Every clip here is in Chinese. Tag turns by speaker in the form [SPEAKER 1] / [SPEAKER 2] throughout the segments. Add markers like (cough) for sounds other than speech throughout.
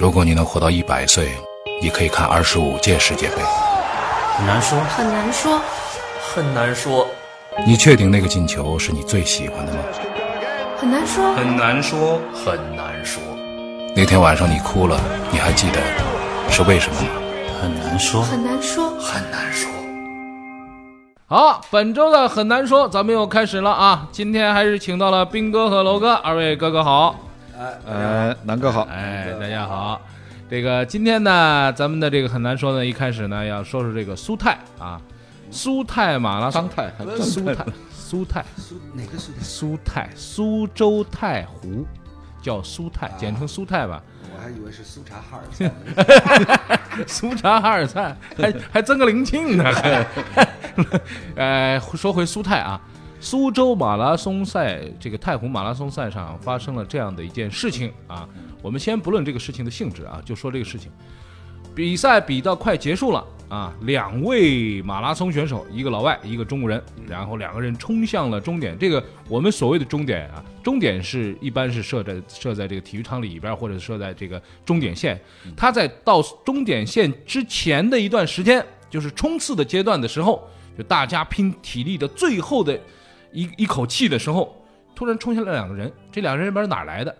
[SPEAKER 1] 如果你能活到一百岁，你可以看二十五届世界杯。
[SPEAKER 2] 很难说，
[SPEAKER 3] 很难说，
[SPEAKER 2] 很难说，
[SPEAKER 1] 你确定那个进球是你最喜欢的吗？
[SPEAKER 3] 很难说，
[SPEAKER 2] 很难说，很难说，
[SPEAKER 1] 那天晚上你哭了，你还记得是为什么吗？
[SPEAKER 2] 很难说，
[SPEAKER 3] 很难说。
[SPEAKER 2] 很难说。
[SPEAKER 4] 好，本周的很难说，咱们又开始了啊！今天还是请到了斌哥和楼哥，二位哥哥好，
[SPEAKER 5] 呃，南哥好，
[SPEAKER 4] 哎，大家好。这个今天呢，咱们的这个很难说呢，一开始呢要说说这个苏泰啊，苏泰马拉松，
[SPEAKER 5] 泰还
[SPEAKER 4] 苏泰，苏泰，
[SPEAKER 6] 哪个是的？
[SPEAKER 4] 苏泰，苏州太湖，叫苏泰，简称苏泰吧。
[SPEAKER 6] 我还以为是苏察哈 (laughs) 尔赛呢。
[SPEAKER 4] 苏察哈尔赛，还还增个灵庆呢。还呃，说回苏泰啊，苏州马拉松赛这个太湖马拉松赛上发生了这样的一件事情啊。我们先不论这个事情的性质啊，就说这个事情。比赛比到快结束了啊，两位马拉松选手，一个老外，一个中国人，然后两个人冲向了终点。这个我们所谓的终点啊，终点是一般是设在设在这个体育场里边，或者设在这个终点线。他在到终点线之前的一段时间，就是冲刺的阶段的时候，就大家拼体力的最后的一一口气的时候，突然冲下来两个人，这两个人不知道哪来的。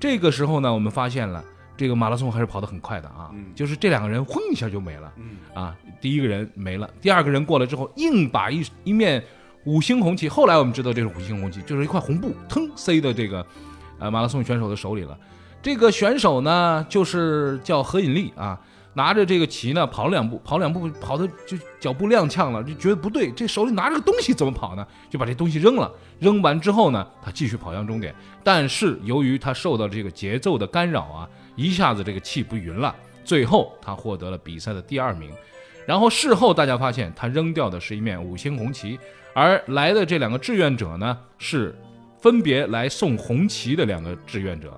[SPEAKER 4] 这个时候呢，我们发现了这个马拉松还是跑得很快的啊，就是这两个人轰一下就没了，啊，第一个人没了，第二个人过来之后，硬把一一面五星红旗，后来我们知道这是五星红旗，就是一块红布，腾塞到这个呃马拉松选手的手里了。这个选手呢，就是叫何引力啊，拿着这个旗呢跑了两步，跑两步跑的就脚步踉跄了，就觉得不对，这手里拿着个东西怎么跑呢？就把这东西扔了。扔完之后呢，他继续跑向终点，但是由于他受到这个节奏的干扰啊，一下子这个气不匀了，最后他获得了比赛的第二名。然后事后大家发现，他扔掉的是一面五星红旗，而来的这两个志愿者呢，是分别来送红旗的两个志愿者。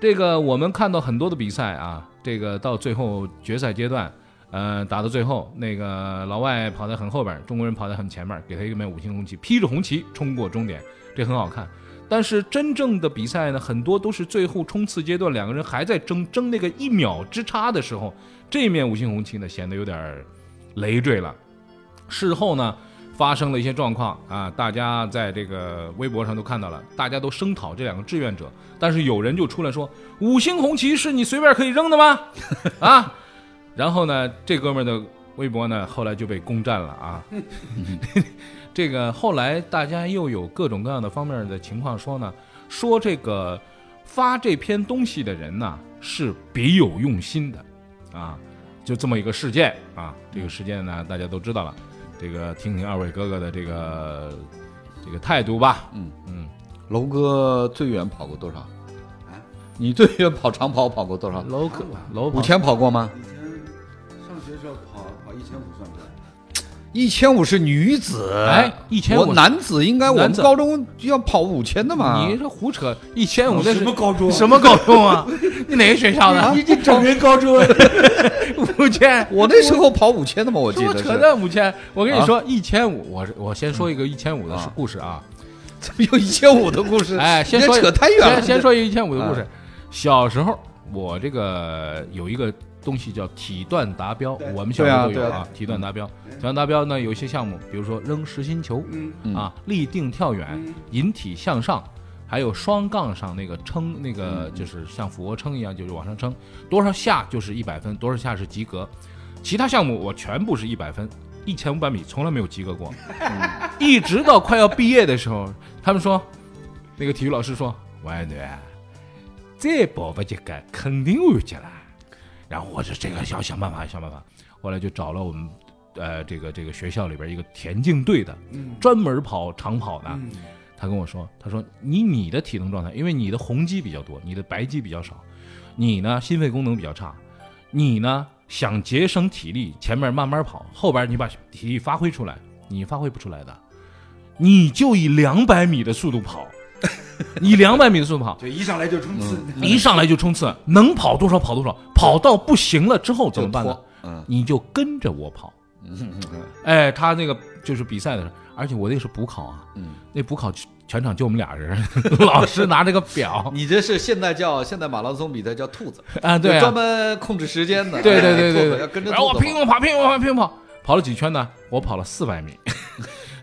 [SPEAKER 4] 这个我们看到很多的比赛啊，这个到最后决赛阶段，呃，打到最后，那个老外跑在很后边儿，中国人跑在很前面儿，给他一面五星红旗，披着红旗冲过终点，这很好看。但是真正的比赛呢，很多都是最后冲刺阶段，两个人还在争争那个一秒之差的时候，这面五星红旗呢显得有点儿累赘了。事后呢，发生了一些状况啊，大家在这个微博上都看到了，大家都声讨这两个志愿者，但是有人就出来说：“五星红旗是你随便可以扔的吗？”啊，然后呢，这哥们儿的微博呢，后来就被攻占了啊。这个后来大家又有各种各样的方面的情况说呢，说这个发这篇东西的人呢是别有用心的，啊，就这么一个事件啊，这个事件呢大家都知道了，这个听听二位哥哥的这个这个态度吧，
[SPEAKER 5] 楼哥最远跑过多少？你最远跑长跑跑过多少？
[SPEAKER 4] 楼哥楼
[SPEAKER 5] 五千跑过吗？
[SPEAKER 6] 以前上学时候跑跑一千五算不算？
[SPEAKER 5] 一千五是女子，
[SPEAKER 4] 哎1500
[SPEAKER 5] 我男子应该我
[SPEAKER 4] 男
[SPEAKER 5] 们
[SPEAKER 4] 子
[SPEAKER 5] 高中就要跑五千的嘛。
[SPEAKER 4] 你这胡扯，一千五那是
[SPEAKER 6] 高中
[SPEAKER 4] 什么高中啊？你哪个学校的？
[SPEAKER 6] 你整人高中？啊
[SPEAKER 4] (laughs) 五千。
[SPEAKER 5] 我那时候跑五千的嘛，我记
[SPEAKER 4] 说
[SPEAKER 5] 得
[SPEAKER 4] 扯
[SPEAKER 5] 是。
[SPEAKER 4] 淡五千，我跟你
[SPEAKER 5] 啊嗯
[SPEAKER 4] 说一千五，我是我先说一个一千五的是故事啊，
[SPEAKER 5] 怎么 (laughs) 有一千五的故事？
[SPEAKER 4] 哎，先
[SPEAKER 5] 你这
[SPEAKER 4] 说
[SPEAKER 5] 扯太远了。
[SPEAKER 4] 先先说一千五的故事
[SPEAKER 5] 啊。
[SPEAKER 4] 小时候，我这个有一个东西叫体段达标，我们小时
[SPEAKER 5] 对啊
[SPEAKER 4] 候都有
[SPEAKER 5] 对
[SPEAKER 4] 啊。体段达标，体段达标呢有一些项目，比如说扔实心球
[SPEAKER 6] 嗯，
[SPEAKER 4] 啊、立定跳远
[SPEAKER 6] 嗯、
[SPEAKER 4] 引体向上，还有双杠上那个撑，那个
[SPEAKER 6] 嗯
[SPEAKER 4] 就是像俯卧撑一样，就是往上撑，多少下就是一百分，多少下是及格。其他项目我全部是一百分，一千五百米从来没有及格
[SPEAKER 6] (laughs)
[SPEAKER 4] 过，一直到快要毕业的时候，他们说，那个体育老师说：“王艳女，再跑不及格肯定会及了。”然后我说：“这个要想办法，想办法。”后来就找了我们呃这个这个学校里边一个田径队的，
[SPEAKER 6] 嗯
[SPEAKER 4] 专门跑长跑的。他跟我说：“他说你你的体能状态，因为你的红肌比较多，你的白肌比较少，你呢心肺功能比较差，你呢想节省体力，前面慢慢跑，后边你把体力发挥出来，你发挥不出来的，你就以两百米的速度
[SPEAKER 6] (laughs)
[SPEAKER 4] 跑，以两百米的速度跑，嗯
[SPEAKER 6] 就一上来就冲刺，
[SPEAKER 4] 一上来就冲刺，能跑多少跑多少，跑到不行了之后怎么办呢
[SPEAKER 5] 就拖？嗯
[SPEAKER 4] 你就跟着我跑。
[SPEAKER 5] 嗯
[SPEAKER 4] 哎，他那个就是比赛的时候，而且我那是补考啊，那补考全场就我们俩人， (laughs) 老师拿着个表，
[SPEAKER 5] (laughs) 你这是现在叫现在马拉松比赛叫兔子
[SPEAKER 4] 啊对啊
[SPEAKER 5] 就专门控制时间的。
[SPEAKER 4] 对对
[SPEAKER 5] 哎
[SPEAKER 4] 对
[SPEAKER 5] 兔
[SPEAKER 4] 对
[SPEAKER 5] 子
[SPEAKER 4] 对，
[SPEAKER 5] 要跟着
[SPEAKER 4] 然后
[SPEAKER 5] 兔
[SPEAKER 4] 我
[SPEAKER 5] 子
[SPEAKER 4] 拼命
[SPEAKER 5] 跑
[SPEAKER 4] 跑，拼命跑，拼命跑，跑了几圈呢？我跑了四百米，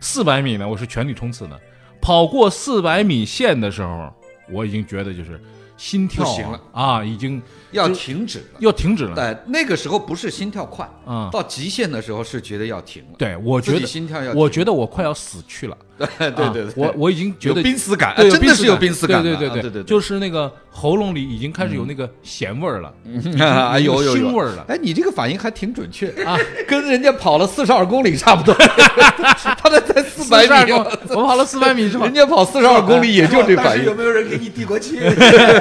[SPEAKER 4] 四百米呢，我是全力冲刺呢。跑过四百米线的时候，我已经觉得就是心跳啊
[SPEAKER 5] 不行了
[SPEAKER 4] 啊，已经
[SPEAKER 5] 要停止了。
[SPEAKER 4] 要停止了。
[SPEAKER 5] 对，那个时候不是心跳快，
[SPEAKER 4] 嗯
[SPEAKER 5] 到极限的时候是觉得要停了。
[SPEAKER 4] 对，我觉
[SPEAKER 5] 自
[SPEAKER 4] 得
[SPEAKER 5] 己心跳要停
[SPEAKER 4] 我觉得我快要死去了。
[SPEAKER 5] 对对对
[SPEAKER 4] 啊
[SPEAKER 5] 对， (laughs)
[SPEAKER 4] 我我已经觉得
[SPEAKER 5] 有濒死感啊
[SPEAKER 4] 对
[SPEAKER 5] 真的是有濒死感
[SPEAKER 4] 对
[SPEAKER 5] 的
[SPEAKER 4] 对
[SPEAKER 5] 啊
[SPEAKER 4] 对
[SPEAKER 5] 对对对嗯
[SPEAKER 4] 就是那个喉咙里已经开始有那个咸味儿了。
[SPEAKER 5] (laughs) 啊，有有
[SPEAKER 4] 腥
[SPEAKER 5] 有
[SPEAKER 4] 味儿了
[SPEAKER 5] 哎，你这个反应还挺准确啊， (laughs) 跟人家跑了四十二公里
[SPEAKER 4] (laughs)
[SPEAKER 5] 差不多，他那才四百
[SPEAKER 4] 42
[SPEAKER 5] 米， (laughs)
[SPEAKER 4] 公里我跑了四百米啊之后
[SPEAKER 5] 人，家跑四十二公里也就这
[SPEAKER 6] 但
[SPEAKER 4] 啊
[SPEAKER 5] 反
[SPEAKER 6] 是有
[SPEAKER 5] 应，
[SPEAKER 6] 没有人给你递过
[SPEAKER 5] (laughs)
[SPEAKER 6] 去？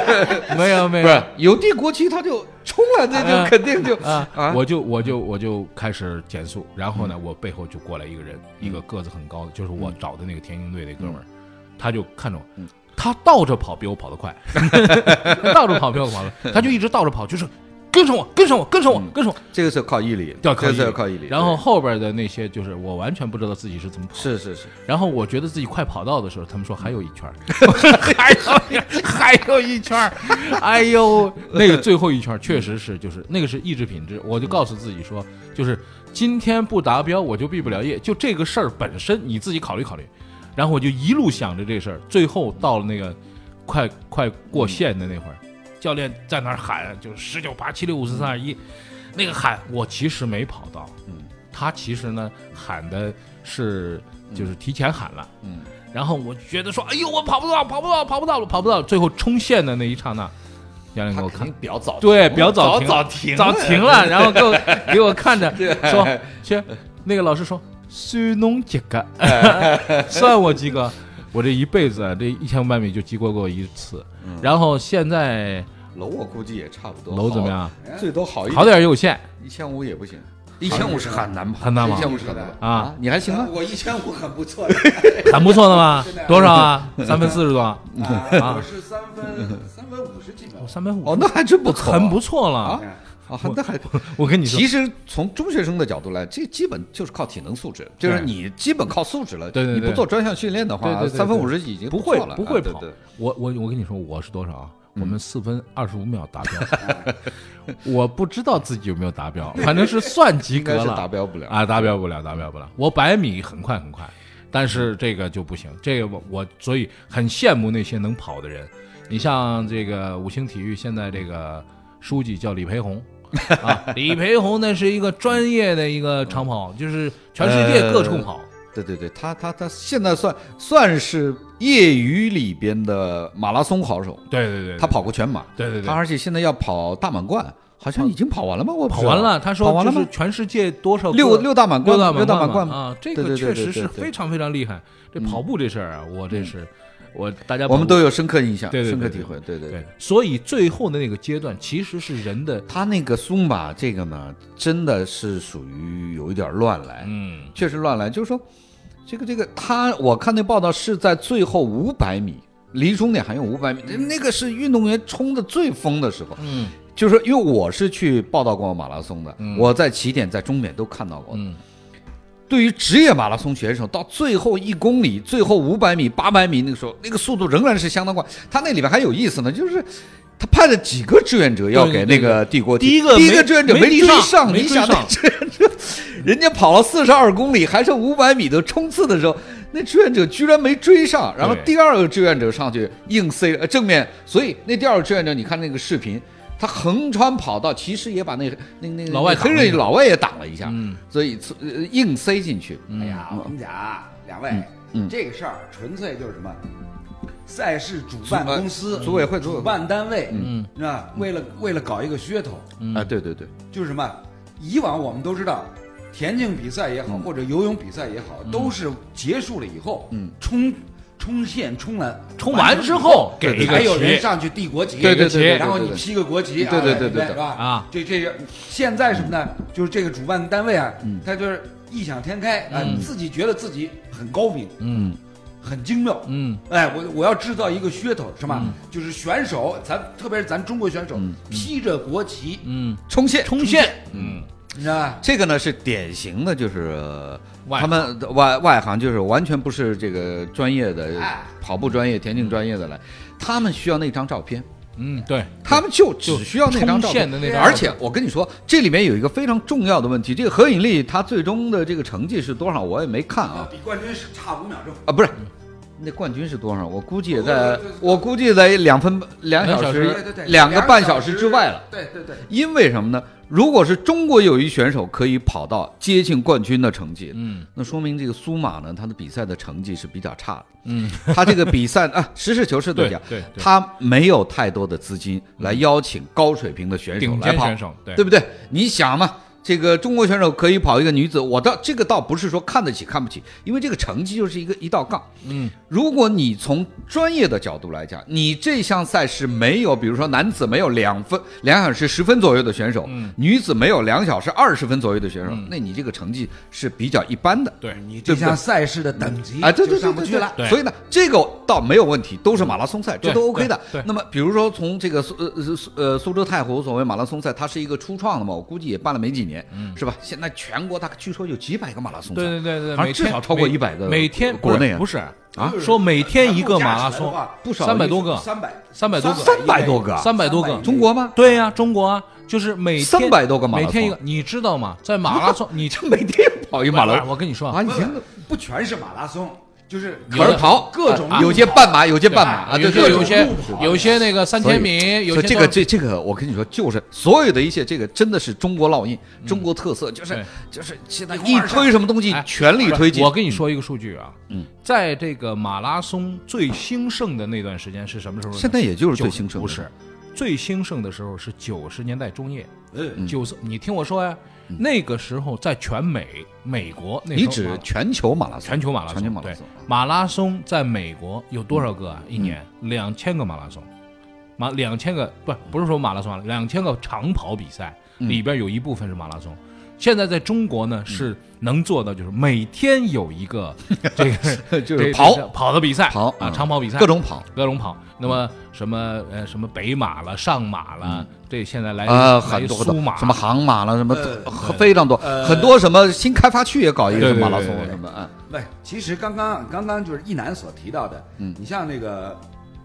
[SPEAKER 6] (laughs)
[SPEAKER 4] 没有没有，
[SPEAKER 5] 不是有帝国旗他就冲了，这
[SPEAKER 4] 啊
[SPEAKER 5] 就肯定就
[SPEAKER 4] 啊
[SPEAKER 5] 啊，
[SPEAKER 4] 我就我就我就开始减速，然后呢，我背后就过来一个人，一个个子很高的，
[SPEAKER 5] 嗯
[SPEAKER 4] 就是我找的那个田径队那哥们儿，他就看着我。
[SPEAKER 5] 嗯
[SPEAKER 4] 他倒着跑比我跑得快， (laughs) 倒着跑比我跑得快，他就一直倒着跑，就是跟上我，跟上我，跟上
[SPEAKER 5] 嗯
[SPEAKER 4] 我，跟上我，
[SPEAKER 5] 这个是靠毅力，
[SPEAKER 4] 要
[SPEAKER 5] 这
[SPEAKER 4] 靠
[SPEAKER 5] 个
[SPEAKER 4] 毅
[SPEAKER 5] 是
[SPEAKER 4] 力，
[SPEAKER 5] 要靠毅力。
[SPEAKER 4] 然后后边的那些就是我完全不知道自己是怎么跑
[SPEAKER 5] 对，是是是，
[SPEAKER 4] 然后我觉得自己快跑到的时候，他们说还有一圈儿，我说还有一还有一圈儿，哎呦，那个最后一圈儿确实是就是那个是意志品质，我就告诉自己说，就是今天不达标我就毕不了业，就这个事儿本身你自己考虑考虑。然后我就一路想着这事儿，最后到了那个快快过线的那会儿，教练在那儿喊，就是十九八七六五四三二一，那个喊我其实没跑到，
[SPEAKER 5] 嗯
[SPEAKER 4] 他其实呢喊的是就是提前喊了，
[SPEAKER 5] 嗯，
[SPEAKER 4] 然后我觉得说，哎呦，我跑不到，跑不到，跑不到了，跑不到，最后冲线的那一刹那，教练给
[SPEAKER 5] 他
[SPEAKER 4] 我
[SPEAKER 5] 肯
[SPEAKER 4] 看
[SPEAKER 5] 定，表早，
[SPEAKER 4] 对，表早停，
[SPEAKER 5] 早停
[SPEAKER 4] 早停
[SPEAKER 5] (laughs)
[SPEAKER 4] 了，然后给我给我看着说，去那个老师说，算侬及
[SPEAKER 5] (laughs)
[SPEAKER 4] 格，算我及格，我这一辈子啊，这一千五百米就及格过一次，
[SPEAKER 5] 嗯
[SPEAKER 4] 然后现在
[SPEAKER 5] 楼我估计也差不多，
[SPEAKER 4] 楼怎么样？啊
[SPEAKER 5] 好？最多好一
[SPEAKER 4] 好点儿也有限
[SPEAKER 5] 一千五也不行，一千五是很难跑，
[SPEAKER 4] 很难跑
[SPEAKER 5] 一千五是很难跑
[SPEAKER 4] 啊，，
[SPEAKER 5] 你还行吗？
[SPEAKER 6] 我一千五很不
[SPEAKER 5] (laughs)
[SPEAKER 6] 错的，
[SPEAKER 4] 很不错的嘛，多少啊？三分四十多啊，
[SPEAKER 6] 啊我是三分三分五十几秒
[SPEAKER 4] 我，三百五
[SPEAKER 5] 哦，那还真不错，
[SPEAKER 4] 很不错
[SPEAKER 5] 啊
[SPEAKER 4] 了。
[SPEAKER 5] 啊，那还。
[SPEAKER 4] 我跟你说
[SPEAKER 5] 其，实从中学生的角度来，这基本就是靠体能素质，就是
[SPEAKER 4] 对
[SPEAKER 5] 你基本靠素质了。
[SPEAKER 4] 对对对
[SPEAKER 5] 你不做专项训练的
[SPEAKER 4] 对
[SPEAKER 5] 话，
[SPEAKER 4] 对对对
[SPEAKER 5] 三分五十已经
[SPEAKER 4] 不
[SPEAKER 5] 错
[SPEAKER 4] 会
[SPEAKER 5] 了，
[SPEAKER 4] 不会
[SPEAKER 5] 啊对
[SPEAKER 4] 跑
[SPEAKER 5] 对。嗯
[SPEAKER 4] 我我我跟你说，我是多少啊？我们四分二十五秒达标， (laughs) 我不知道自己有没有达标，反正是算及格
[SPEAKER 5] (laughs) 应该
[SPEAKER 4] 了，
[SPEAKER 5] 是达标不了
[SPEAKER 4] 啊，达标不了，达标不了。我百米很快很快，但是这个就不行，这个我我所以很羡慕那些能跑的人。你像这个五星体育现在这个书记叫李培
[SPEAKER 5] (laughs)
[SPEAKER 4] 红。啊，李培红那是一个专业的一个长跑，就是全世界
[SPEAKER 5] 呃
[SPEAKER 4] 各处跑，
[SPEAKER 5] 对对对，他他他现在算算是业余里边的马拉松好手，
[SPEAKER 4] 对对对对，
[SPEAKER 5] 他跑过全马，
[SPEAKER 4] 对对对
[SPEAKER 5] 他而且现在要跑大满贯，好像已经跑完了吗？我不
[SPEAKER 4] 跑
[SPEAKER 5] 知道
[SPEAKER 4] 完了，他说
[SPEAKER 5] 啊跑完了
[SPEAKER 4] 就是
[SPEAKER 5] 吗？
[SPEAKER 4] 全世界多少个
[SPEAKER 5] 六六大满贯
[SPEAKER 4] 六大
[SPEAKER 5] 六大
[SPEAKER 4] 满
[SPEAKER 5] 满贯
[SPEAKER 4] 啊，这
[SPEAKER 5] 对
[SPEAKER 4] 个
[SPEAKER 5] 对对
[SPEAKER 4] 确实
[SPEAKER 5] 对对
[SPEAKER 4] 是
[SPEAKER 5] 对嗯
[SPEAKER 4] 非常非常厉害。这跑步这事儿啊，我这是我大家
[SPEAKER 5] 我们
[SPEAKER 4] 跑
[SPEAKER 5] 都
[SPEAKER 4] 步
[SPEAKER 5] 有深刻印象，
[SPEAKER 4] 对对对
[SPEAKER 5] 深刻
[SPEAKER 4] 对
[SPEAKER 5] 体会，对对
[SPEAKER 4] 对，所以最后的那个阶段其实是人的
[SPEAKER 5] 他那个松马这个呢，真的是属于有一点乱来，
[SPEAKER 4] 嗯
[SPEAKER 5] 确实乱来，就是说，这个这个他，我看那报道是在最后五百米离终点还有五百米，那个是运动员冲的最疯的时候。
[SPEAKER 4] 嗯
[SPEAKER 5] 就是因为我是去报道过马拉松的，
[SPEAKER 4] 嗯
[SPEAKER 5] 我在起点在终点都看到过。
[SPEAKER 4] 嗯
[SPEAKER 5] 对于职业马拉松选手，到最后一公里、最后五百米、八百米那个时候，那个速度仍然是相当快。他那里边还有意思呢，就是。他派了几个志愿者要给那个帝国
[SPEAKER 4] 对
[SPEAKER 5] 踢
[SPEAKER 4] 对对
[SPEAKER 5] 第一个志愿者
[SPEAKER 4] 没没
[SPEAKER 5] 追
[SPEAKER 4] 追上没
[SPEAKER 5] 你
[SPEAKER 4] 追
[SPEAKER 5] 想那
[SPEAKER 4] 上
[SPEAKER 5] 志愿者，人家跑了四十二公里，还剩五百米的冲刺的时候，那志愿者居然没追上，然后
[SPEAKER 4] 对
[SPEAKER 5] 第二个志愿者上去硬塞呃正面，所以那第二个志愿者，你看那个视频，他横穿跑道，其实也把那个那那
[SPEAKER 4] 老外
[SPEAKER 5] 黑
[SPEAKER 4] 挡了一
[SPEAKER 5] 人
[SPEAKER 4] 下
[SPEAKER 5] 老外也挡了一下，
[SPEAKER 4] 嗯
[SPEAKER 5] 所以呃硬塞进去。
[SPEAKER 6] (laughs) 哎呀，我跟你讲啊，两位，
[SPEAKER 5] 嗯嗯
[SPEAKER 6] 这个事儿纯粹就是什么？赛事主办
[SPEAKER 5] 组呃
[SPEAKER 6] 公司、
[SPEAKER 5] 组委会组委会
[SPEAKER 6] 主办单位，嗯，那为了为了搞一个噱头，
[SPEAKER 4] 嗯
[SPEAKER 5] 啊，对对对，
[SPEAKER 6] 就是什么？以往我们都知道，田径比赛也
[SPEAKER 4] 嗯
[SPEAKER 6] 好，或者游泳比赛也好，都是结束了以后，嗯，冲冲线冲了，
[SPEAKER 4] 冲完之后给一个
[SPEAKER 6] 还有人
[SPEAKER 4] 旗
[SPEAKER 6] 上去递国旗，
[SPEAKER 4] 对对对对
[SPEAKER 6] 然后
[SPEAKER 5] 对
[SPEAKER 6] 你
[SPEAKER 5] 对对
[SPEAKER 6] 披个国旗，啊
[SPEAKER 5] 对对对对对
[SPEAKER 6] 是吧？
[SPEAKER 4] 啊，
[SPEAKER 6] 这这个现在什么呢？就是这个主办单位啊，
[SPEAKER 4] 嗯
[SPEAKER 6] 他就是异想天开啊，自己觉得自己很高明，
[SPEAKER 4] 嗯
[SPEAKER 6] 很精妙，
[SPEAKER 4] 嗯，
[SPEAKER 6] 哎，我我要制造一个噱头，是吧？就是选手，咱特别是咱中国选手披着国旗，
[SPEAKER 4] 嗯，
[SPEAKER 5] 冲线
[SPEAKER 4] 冲线嗯
[SPEAKER 6] 你知道吧？
[SPEAKER 5] 这个呢是典型的，就是
[SPEAKER 4] 外
[SPEAKER 5] 他们的外外行，就是完全不是这个专业的
[SPEAKER 6] 哎
[SPEAKER 5] 跑步专业、田径专业的来，他们需要那张照片，
[SPEAKER 4] 嗯，对，
[SPEAKER 5] 他们就只需要那张照
[SPEAKER 4] 冲线
[SPEAKER 5] 片
[SPEAKER 4] 的那张
[SPEAKER 5] 而且我跟你说，这里面有一个非常重要的问题，这个何引力他最终的这个成绩是多少，我也没看啊
[SPEAKER 6] 比冠军是差五秒钟。
[SPEAKER 5] 啊，不是。那冠军是多少？我估计也
[SPEAKER 6] 我
[SPEAKER 5] 在
[SPEAKER 6] 我，
[SPEAKER 5] 我估计在两分两
[SPEAKER 4] 两
[SPEAKER 5] 小
[SPEAKER 4] 小
[SPEAKER 5] 时
[SPEAKER 6] 对对对，
[SPEAKER 5] 呃两个半
[SPEAKER 6] 小
[SPEAKER 5] 小时之外了。。
[SPEAKER 6] 对对对，
[SPEAKER 5] 因为什么呢？如果是中国有一选手可以跑到接近冠军的成绩，
[SPEAKER 4] 嗯
[SPEAKER 5] 那说明这个苏马呢，他的比赛的成绩是比较差的。
[SPEAKER 4] 嗯，
[SPEAKER 5] 他这个比赛
[SPEAKER 4] (laughs)
[SPEAKER 5] 啊，实事求是的
[SPEAKER 4] 对
[SPEAKER 5] 讲，
[SPEAKER 4] 对，对嗯
[SPEAKER 5] 他没有太多的资金来邀请高水平的选手
[SPEAKER 4] 顶
[SPEAKER 5] 来
[SPEAKER 4] 尖
[SPEAKER 5] 跑，
[SPEAKER 4] 选手，对
[SPEAKER 5] 对不对？你想嘛，这个中国选手可以跑一个女子，我倒这个倒不是说看得起看不起，因为这个成绩就是一个一道杠。
[SPEAKER 4] 嗯，
[SPEAKER 5] 如果你从专业的角度来讲，你这项赛事没有，比如说男子没有两分两小时十分左右的选手，
[SPEAKER 4] 嗯
[SPEAKER 5] 女子没有两小时二十分左右的选手，那你这个成绩是比较一般的。
[SPEAKER 4] 对，
[SPEAKER 6] 你这项赛事的等级
[SPEAKER 5] 啊，对对
[SPEAKER 6] 就
[SPEAKER 5] 对
[SPEAKER 6] 上不
[SPEAKER 5] 对
[SPEAKER 6] 去了。
[SPEAKER 4] 哎对
[SPEAKER 5] 所以呢，这个倒没有问题，都是马拉松赛，这
[SPEAKER 4] 对
[SPEAKER 5] 都 OK 的
[SPEAKER 4] 对对。
[SPEAKER 5] 那么，比如说从这个苏呃呃苏呃苏州太湖所谓马拉松赛，它是一个初创的嘛，我估计也办了没几年，是吧？现在全国大概据说有几百个马拉松赛，
[SPEAKER 4] 嗯对对对对，
[SPEAKER 5] 好像
[SPEAKER 4] 每
[SPEAKER 5] 啊至
[SPEAKER 4] 天
[SPEAKER 5] 少超过
[SPEAKER 4] 每
[SPEAKER 5] 100个
[SPEAKER 4] 每天
[SPEAKER 5] 国内啊
[SPEAKER 4] 不是不是说每天一个马拉松，
[SPEAKER 5] 不少
[SPEAKER 4] 三百多个，
[SPEAKER 6] 三百
[SPEAKER 4] 三百多个，
[SPEAKER 5] 三百多个，啊
[SPEAKER 4] 三百多个
[SPEAKER 6] 三百
[SPEAKER 5] 中国吗？
[SPEAKER 4] 对呀、中国啊，就是每天
[SPEAKER 5] 300多个马拉松
[SPEAKER 4] 每天一个，你知道吗？在马
[SPEAKER 5] (laughs)
[SPEAKER 4] 拉松，你
[SPEAKER 5] 这每天跑一马拉松
[SPEAKER 4] 我跟你说
[SPEAKER 5] 啊，
[SPEAKER 4] 啊，
[SPEAKER 5] 你
[SPEAKER 6] 不
[SPEAKER 5] 听
[SPEAKER 6] 是不全是马拉松，就是
[SPEAKER 4] 有
[SPEAKER 5] 可
[SPEAKER 4] 的
[SPEAKER 5] 是跑
[SPEAKER 6] 各种
[SPEAKER 5] 啊有些半马，有些半马啊，
[SPEAKER 4] 有
[SPEAKER 5] 对，
[SPEAKER 4] 些
[SPEAKER 5] 各种
[SPEAKER 4] 有些
[SPEAKER 6] 路跑
[SPEAKER 4] 有些那个三千米，有
[SPEAKER 5] 所以
[SPEAKER 4] 些
[SPEAKER 5] 这
[SPEAKER 4] 多
[SPEAKER 5] 个这这个，我跟你说，就是所有的一切，这个真的是中国烙印，中国特色，就是
[SPEAKER 4] 嗯对
[SPEAKER 5] 就是现在
[SPEAKER 6] 一
[SPEAKER 5] 一
[SPEAKER 6] 哄而上
[SPEAKER 5] 推什么东西
[SPEAKER 4] 哎
[SPEAKER 5] 全力推进。
[SPEAKER 4] 我跟你说一个数据啊，
[SPEAKER 5] 嗯，
[SPEAKER 4] 在这个马拉松最兴盛的那段时间是什么时候呢？
[SPEAKER 5] 现在也就是
[SPEAKER 4] 九
[SPEAKER 5] 最兴盛的
[SPEAKER 4] 不是最兴盛的时候是九十年代中叶，
[SPEAKER 6] 嗯
[SPEAKER 4] 九四，你听我说呀，那个时候在全美美国，那
[SPEAKER 5] 嗯你
[SPEAKER 4] 时候马
[SPEAKER 5] 指全球马拉松，
[SPEAKER 4] 全球马拉松，
[SPEAKER 5] 全球马拉
[SPEAKER 4] 对
[SPEAKER 5] 松，
[SPEAKER 4] 马拉松在美国有多少个啊？一年
[SPEAKER 5] 嗯
[SPEAKER 4] 两千个马拉松，马两千个不不是说马拉松啊，两千个长跑比赛
[SPEAKER 5] 嗯
[SPEAKER 4] 里边有一部分是马拉松。现在在中国呢是能做到，就是每天有一
[SPEAKER 5] (laughs)
[SPEAKER 4] 个这个
[SPEAKER 5] 就是
[SPEAKER 4] 这
[SPEAKER 5] 跑
[SPEAKER 4] 这跑的比赛，
[SPEAKER 5] 跑
[SPEAKER 4] 啊
[SPEAKER 5] 嗯
[SPEAKER 4] 长跑比赛
[SPEAKER 5] 各种嗯跑
[SPEAKER 4] 各种跑。那么什么呃什么北马了上马了，这现在来
[SPEAKER 5] 嗯啊，
[SPEAKER 4] 哎来
[SPEAKER 5] 很多
[SPEAKER 4] 苏马
[SPEAKER 5] 的什么杭马了，什么
[SPEAKER 6] 呃
[SPEAKER 5] 很非常多，很多什么新开发区也搞一个
[SPEAKER 4] 对
[SPEAKER 5] 什
[SPEAKER 4] 对
[SPEAKER 5] 么马拉
[SPEAKER 4] 对
[SPEAKER 5] 松
[SPEAKER 4] 对
[SPEAKER 5] 什么啊，
[SPEAKER 6] 不，其实刚刚刚刚就是一楠所提到的，嗯，你像那个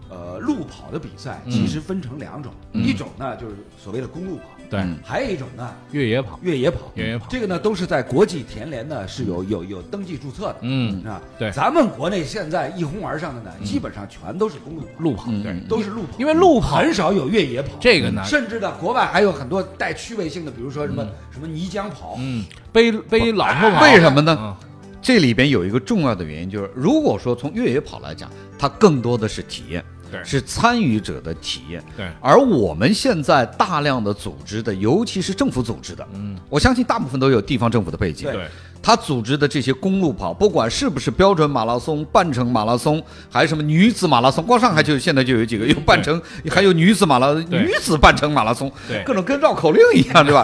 [SPEAKER 6] 呃路跑的比赛，
[SPEAKER 5] 嗯
[SPEAKER 6] 其实分成两种，一种呢就是所谓的公路跑，
[SPEAKER 4] 对
[SPEAKER 5] 嗯
[SPEAKER 6] 还有一种呢
[SPEAKER 4] 越野跑，
[SPEAKER 6] 越野跑。
[SPEAKER 4] 越野跑
[SPEAKER 6] 这个呢都是在国际田联呢是有有有登记注册的，
[SPEAKER 4] 嗯
[SPEAKER 6] 啊，
[SPEAKER 4] 对嗯
[SPEAKER 6] 咱们国内现在一哄而上的呢，基本上全都是公路跑嗯
[SPEAKER 4] 路跑对，
[SPEAKER 6] 都是路跑，
[SPEAKER 4] 因为路
[SPEAKER 5] 哎
[SPEAKER 4] 跑
[SPEAKER 6] 很少有越野跑，嗯
[SPEAKER 4] 这个呢
[SPEAKER 6] 甚至呢国外还有很多带趣味性的，比如说什么什么泥浆跑，
[SPEAKER 4] 嗯背背老婆跑
[SPEAKER 5] 哎为什么呢？
[SPEAKER 4] 嗯
[SPEAKER 5] 这里边有一个重要的原因，就是如果说从越野跑来讲，它更多的是体验，
[SPEAKER 4] 对
[SPEAKER 5] 是参与者的体验，
[SPEAKER 4] 对
[SPEAKER 5] 而我们现在大量的组织的，尤其是政府组织的，嗯，我相信大部分都有地方政府的背景，
[SPEAKER 6] 对
[SPEAKER 4] 对。
[SPEAKER 5] 他组织的这些公路跑，不管是不是标准马拉松、半程马拉松，还是什么女子马拉松，光上海就现在就有几个，有半程，还有女子马拉、
[SPEAKER 4] 对
[SPEAKER 5] 女子半程马拉松，
[SPEAKER 4] 对
[SPEAKER 5] 各种跟绕口令一样，
[SPEAKER 4] (laughs)
[SPEAKER 5] 对吧？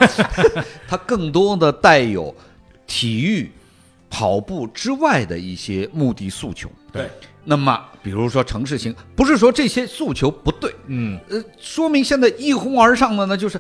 [SPEAKER 5] 它更多的带有体育、跑步之外的一些目的诉求。
[SPEAKER 6] 对，
[SPEAKER 5] 那么，比如说城市型，不是说这些诉求不对，
[SPEAKER 4] 嗯，
[SPEAKER 5] 呃，说明现在一哄而上的呢，就是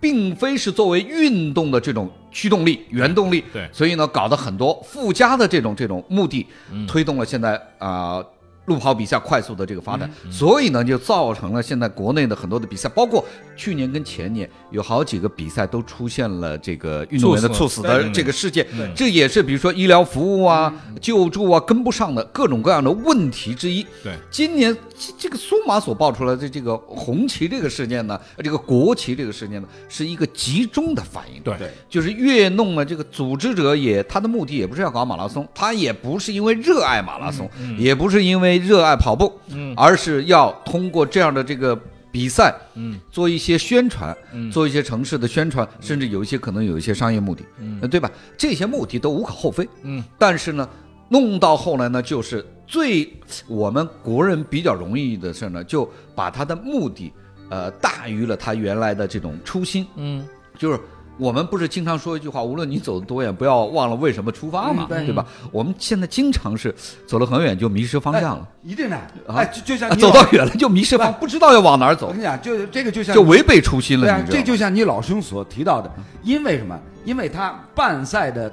[SPEAKER 5] 并非是作为运动的这种驱动力、原动力，
[SPEAKER 4] 对
[SPEAKER 5] 所以呢，搞得很多附加的这种这种目的，推动了现在啊、呃路跑比赛快速的这个发展，所以呢，就造成了现在国内的很多的比赛，包括去年跟前年有好几个比赛都出现了这个运动员的
[SPEAKER 4] 猝
[SPEAKER 5] 猝
[SPEAKER 4] 死
[SPEAKER 5] 死嗯的
[SPEAKER 4] 对
[SPEAKER 5] 这个事件，这也是比如说医疗服务啊、救助啊跟不上的各种各样的问题之一。
[SPEAKER 4] 对
[SPEAKER 5] 今年这这个苏马所爆出来的这个红旗这个事件呢，呃这个国旗这个事件呢，是一个集中的反应。
[SPEAKER 4] 对
[SPEAKER 6] 对
[SPEAKER 5] 就是越弄呢，这个组织者也他的目的也不是要搞马拉松，他也不是因为热爱马拉松，也不是因为热爱跑步，
[SPEAKER 4] 嗯
[SPEAKER 5] 而是要通过这样的这个比赛，
[SPEAKER 4] 嗯，
[SPEAKER 5] 做一些宣传，
[SPEAKER 4] 嗯
[SPEAKER 5] 做一些城市的宣传，甚至有一些可能有一些商业目的，嗯，对吧？这些目的都无可厚非，
[SPEAKER 4] 嗯，
[SPEAKER 5] 但是呢，弄到后来呢，就是最我们国人比较容易的事呢，就把他的目的，呃，大于了他原来的这种初心，
[SPEAKER 4] 嗯，
[SPEAKER 5] 就是我们不是经常说一句话，无论你走得多远，不要忘了为什么出发嘛，
[SPEAKER 6] 嗯对
[SPEAKER 5] 对吧？我们现在经常是走了很远就迷失方向了，
[SPEAKER 6] 一定的，
[SPEAKER 5] 啊
[SPEAKER 6] 哎，就就像
[SPEAKER 5] 啊
[SPEAKER 6] 你
[SPEAKER 5] 走
[SPEAKER 6] 老
[SPEAKER 5] 到远了就迷失方，哎不知道要往哪儿
[SPEAKER 6] 我
[SPEAKER 5] 走
[SPEAKER 6] 跟，你讲，就这个就像
[SPEAKER 5] 哎就违背初心了，
[SPEAKER 6] 对啊
[SPEAKER 5] 你，知道
[SPEAKER 6] 这
[SPEAKER 5] 吗嗯
[SPEAKER 6] 就像你老兄所提到的，因为什么？因为他办赛的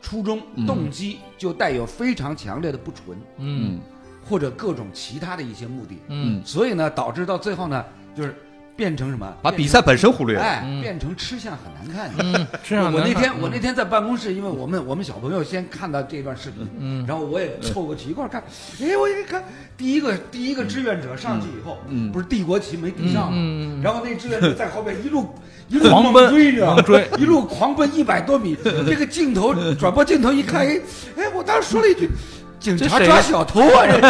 [SPEAKER 6] 初衷、
[SPEAKER 5] 嗯
[SPEAKER 6] 动机就带有非常强烈的不纯，
[SPEAKER 4] 嗯
[SPEAKER 6] 或者各种其他的一些目的，
[SPEAKER 4] 嗯
[SPEAKER 6] 所以呢，导致到最后呢，就是变成什么？
[SPEAKER 5] 把比赛本身忽略
[SPEAKER 6] 变成
[SPEAKER 5] 了。嗯
[SPEAKER 6] 哎，变成吃相很难看。
[SPEAKER 4] 嗯，这样
[SPEAKER 6] 我
[SPEAKER 4] 难
[SPEAKER 6] 那
[SPEAKER 4] 看嗯
[SPEAKER 6] 天我那天在办公室，因为我们我们小朋友先看到这段视频，
[SPEAKER 4] 嗯
[SPEAKER 6] 然后我也凑过去一块儿看，哎，我一看第一个第一个志愿者上去以后，
[SPEAKER 5] 嗯
[SPEAKER 6] 不是帝国旗没递上
[SPEAKER 4] 嗯嗯嗯
[SPEAKER 6] 吗？然后那志愿者在后边一
[SPEAKER 4] (laughs)
[SPEAKER 6] 路一路
[SPEAKER 4] 狂
[SPEAKER 6] 猛
[SPEAKER 4] 奔
[SPEAKER 6] 追着
[SPEAKER 4] 狂追，
[SPEAKER 6] 一路狂奔一百
[SPEAKER 4] (laughs)
[SPEAKER 6] 多米，这个镜头转播镜头一看，哎哎，我当时说了一句。警察
[SPEAKER 4] 这谁
[SPEAKER 6] 抓小偷啊！这，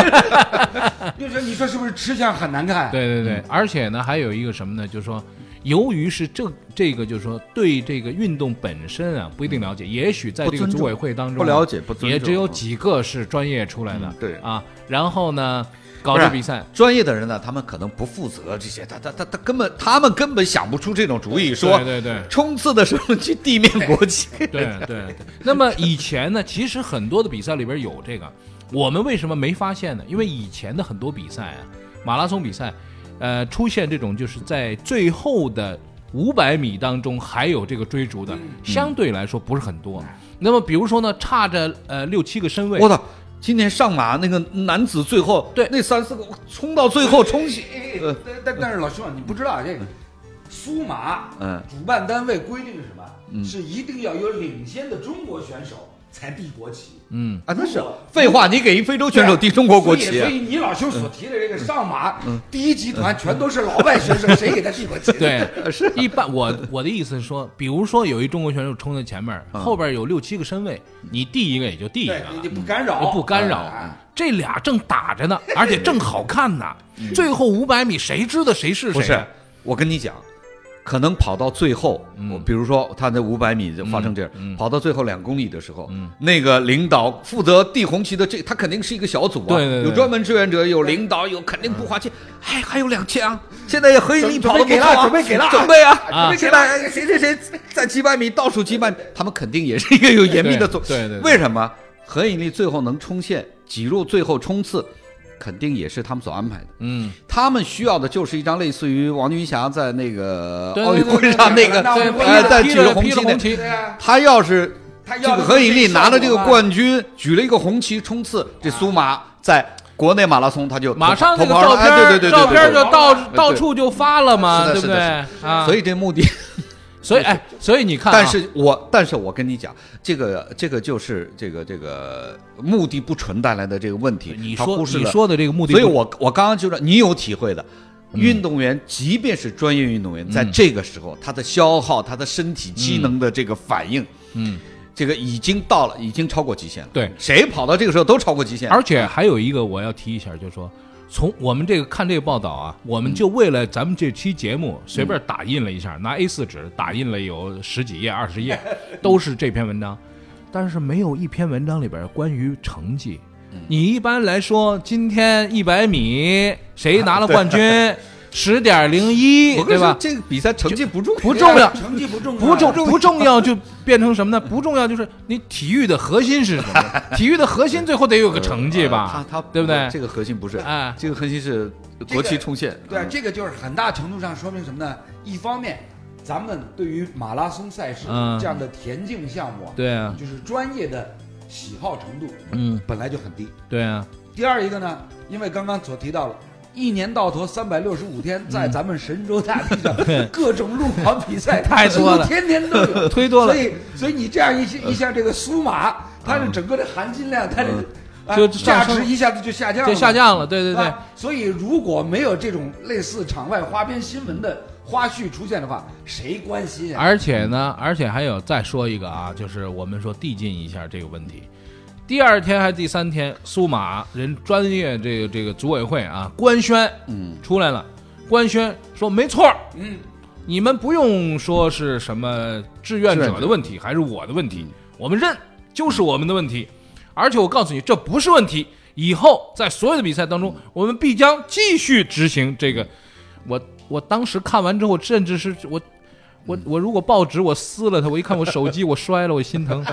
[SPEAKER 6] 你说你说是 (laughs) 不是吃相很难看？
[SPEAKER 4] 对对
[SPEAKER 5] 嗯
[SPEAKER 4] 对，而且呢，还有一个什么呢？就是说，由于是这这个，就是说对这个运动本身啊不一定了解，也许在这
[SPEAKER 5] 不
[SPEAKER 4] 个
[SPEAKER 5] 尊重
[SPEAKER 4] 组委会当中啊
[SPEAKER 5] 不了解不尊重
[SPEAKER 4] 也只有几个是专业出来的
[SPEAKER 5] 嗯，对
[SPEAKER 4] 啊，然后呢搞
[SPEAKER 5] 不是啊
[SPEAKER 4] 这比赛，
[SPEAKER 5] 专业的人呢，他们可能不负责这些，他他他他根本他们根本想不出这种主意，说
[SPEAKER 4] 对对对
[SPEAKER 5] 冲刺的时候去地面国旗，
[SPEAKER 4] 对对对。那么以前呢，其实很多的比赛里边有这个，我们为什么没发现呢？因为以前的很多比赛啊，马拉松比赛，呃，出现这种就是在最后的五百米当中还有这个追逐的，相对来说不是很多。那么比如说呢，差着呃六七个身位，
[SPEAKER 5] 我操！今年上马那个男子最后
[SPEAKER 4] 对
[SPEAKER 5] 那三四个冲到最后冲起，呃
[SPEAKER 6] 但但但是老师啊，你不知道这个苏马，
[SPEAKER 5] 嗯
[SPEAKER 6] 主办单位规定是什么？是一定要有领先的中国选手才递国旗。
[SPEAKER 4] 嗯，
[SPEAKER 5] 啊那是废话，你给一非洲选手递中国国
[SPEAKER 6] 所以
[SPEAKER 5] 旗啊
[SPEAKER 6] 所，以你老兄所提的这个上马第一集团全都是老外选手，谁给他递国旗？，
[SPEAKER 4] 对，是一般。我我的意思是说，比如说有一中国选手冲在前面，后边有六七个身位，你递一个也就递一个
[SPEAKER 6] 对
[SPEAKER 4] 了，
[SPEAKER 6] 你你不干扰，
[SPEAKER 4] 不干扰
[SPEAKER 6] 啊。
[SPEAKER 4] 这俩正打着呢，而且正好看呢。最后五百米，谁知道谁是
[SPEAKER 5] 不
[SPEAKER 4] 谁
[SPEAKER 5] 是
[SPEAKER 4] 啊？，
[SPEAKER 5] 我跟你讲，可能跑到最后，
[SPEAKER 6] 嗯
[SPEAKER 5] 我比如说他那五百米就发生这样，跑到最后两公里的时候，
[SPEAKER 6] 嗯
[SPEAKER 5] 那个领导负责递红旗的这，他肯定是一个小组啊，
[SPEAKER 4] 对对对
[SPEAKER 5] 有专门志愿者，有领导，有肯定不花钱，哎，还有两千啊，现在也可以
[SPEAKER 6] 准
[SPEAKER 5] 你跑的不
[SPEAKER 6] 准备给
[SPEAKER 5] 错
[SPEAKER 6] 了
[SPEAKER 5] 啊，
[SPEAKER 6] 准备给了
[SPEAKER 5] 准备啊，
[SPEAKER 4] 啊
[SPEAKER 5] 现在谁谁谁在几百米倒数几百米，他们肯定也是一个有严密的
[SPEAKER 4] 对
[SPEAKER 5] 组，
[SPEAKER 4] 对对对
[SPEAKER 5] 为什么何引力最后能冲线挤入最后冲刺，肯定也是他们所安排的，
[SPEAKER 4] 嗯，
[SPEAKER 5] 他们需要的就是一张类似于王军霞在那个
[SPEAKER 4] 对
[SPEAKER 5] 奥运会
[SPEAKER 4] 对对
[SPEAKER 5] 上那个，
[SPEAKER 6] 对对对
[SPEAKER 5] 呃，
[SPEAKER 6] 对
[SPEAKER 5] 在
[SPEAKER 4] 披
[SPEAKER 5] 举
[SPEAKER 4] 了
[SPEAKER 5] 着
[SPEAKER 4] 披了
[SPEAKER 5] 旗
[SPEAKER 4] 红
[SPEAKER 5] 的。
[SPEAKER 4] 旗
[SPEAKER 6] 对，啊，
[SPEAKER 5] 他要是
[SPEAKER 6] 他
[SPEAKER 5] 这
[SPEAKER 6] 要
[SPEAKER 5] 个何引力拿了这个
[SPEAKER 6] 冠，
[SPEAKER 5] 冠军，举了一个红旗冲刺，这苏马在国内马拉松他就
[SPEAKER 4] 马上
[SPEAKER 5] 头
[SPEAKER 4] 那个
[SPEAKER 5] 头牌
[SPEAKER 4] 照
[SPEAKER 5] 了哎对
[SPEAKER 4] 片，
[SPEAKER 5] 对对对
[SPEAKER 4] 照片就
[SPEAKER 5] 对
[SPEAKER 4] 到
[SPEAKER 5] 对
[SPEAKER 4] 到处就发了嘛，对
[SPEAKER 5] 是的
[SPEAKER 4] 不对
[SPEAKER 5] 是的？
[SPEAKER 4] 啊，
[SPEAKER 5] 所以这目的，
[SPEAKER 4] 所以哎，所以你看啊，
[SPEAKER 5] 但是我但是我跟你讲，这个这个就是这个这个呃目的不纯带来的这个问题，
[SPEAKER 4] 你
[SPEAKER 5] 他
[SPEAKER 4] 说
[SPEAKER 5] 忽视
[SPEAKER 4] 你
[SPEAKER 5] 了
[SPEAKER 4] 说的这个目的不，嗯
[SPEAKER 5] 所以我我刚刚就说你有体会的，运动员即便是专业运动员，在这个时候，他的消耗、他的身体机能的这个反应，
[SPEAKER 4] 嗯，
[SPEAKER 5] 这个已经到了，已经超过极限了。
[SPEAKER 4] 对
[SPEAKER 5] 谁跑到这个时候都超过极限。
[SPEAKER 4] 而且还有一个我要提一下，就是说，从我们这个看这个报道啊，我们就为了咱们这期节目随便打印了一
[SPEAKER 5] 嗯
[SPEAKER 4] 下，拿 A 4纸打印了有十几页、二十页， (laughs) 都是这篇文章，但是没有一篇文章里边关于成绩。
[SPEAKER 5] 嗯
[SPEAKER 4] 你一般来说，今天一百米谁拿了
[SPEAKER 5] (laughs)
[SPEAKER 4] 冠军？十点零一，
[SPEAKER 5] 我跟
[SPEAKER 4] 对
[SPEAKER 5] 你说
[SPEAKER 4] 吧，？
[SPEAKER 5] 这个比赛成绩不重要，
[SPEAKER 4] 不重要，
[SPEAKER 6] 成绩不重要，
[SPEAKER 4] 不
[SPEAKER 5] (laughs)
[SPEAKER 4] 重不重要就变成什么呢？不重要就是你体育的核心是什么？体育的核心最后得有个成绩吧
[SPEAKER 5] 他？ (laughs) 他
[SPEAKER 4] 对不对？
[SPEAKER 5] 这个核心不是，
[SPEAKER 4] 哎
[SPEAKER 5] 这个核心是国旗冲线。
[SPEAKER 6] 对，啊
[SPEAKER 5] 嗯
[SPEAKER 6] 这个就是很大程度上说明什么呢？一方面，咱们对于马拉松赛事
[SPEAKER 4] 嗯
[SPEAKER 6] 这样的田径项目，
[SPEAKER 4] 对啊，
[SPEAKER 6] 就是专业的喜好程度，
[SPEAKER 4] 嗯，
[SPEAKER 6] 本来就很低。
[SPEAKER 4] 对啊，
[SPEAKER 6] 第二一个呢，因为刚刚所提到了。一年到头三百六十五天，
[SPEAKER 4] 嗯
[SPEAKER 6] 在咱们神州大地
[SPEAKER 4] (laughs)
[SPEAKER 6] 上，各种路跑比赛
[SPEAKER 4] 太多了
[SPEAKER 6] 几乎天天都
[SPEAKER 4] (laughs)
[SPEAKER 6] 有，
[SPEAKER 4] 忒多了嗯
[SPEAKER 6] 所以，所以你这样一下一下这个苏马，它的整个的含金量，它的啊
[SPEAKER 4] 就
[SPEAKER 6] 价
[SPEAKER 4] 上升
[SPEAKER 6] 值一下子就下降了，
[SPEAKER 4] 这下降了，对对对
[SPEAKER 6] 啊，所以如果没有这种类似场外花边新闻的花絮出现的话，谁关心啊？
[SPEAKER 4] 而且呢，而且还有再说一个啊，就是我们说递进一下这个问题。第二天还是第三天，苏马人专业这个这个组委会啊官宣，嗯，出来了，官宣说没错，嗯，你们不用说是什么志愿者的嗯问题，还是我的问题，我们认就是我们的问题。而且我告诉你，这不是问题，以后在所有的比赛当中，我们必将继续执行这个。我我当时看完之后，甚至是我
[SPEAKER 5] 嗯
[SPEAKER 4] 我我如果报纸我撕了它，我一看我手机我摔了，我心
[SPEAKER 5] (laughs)
[SPEAKER 4] 疼，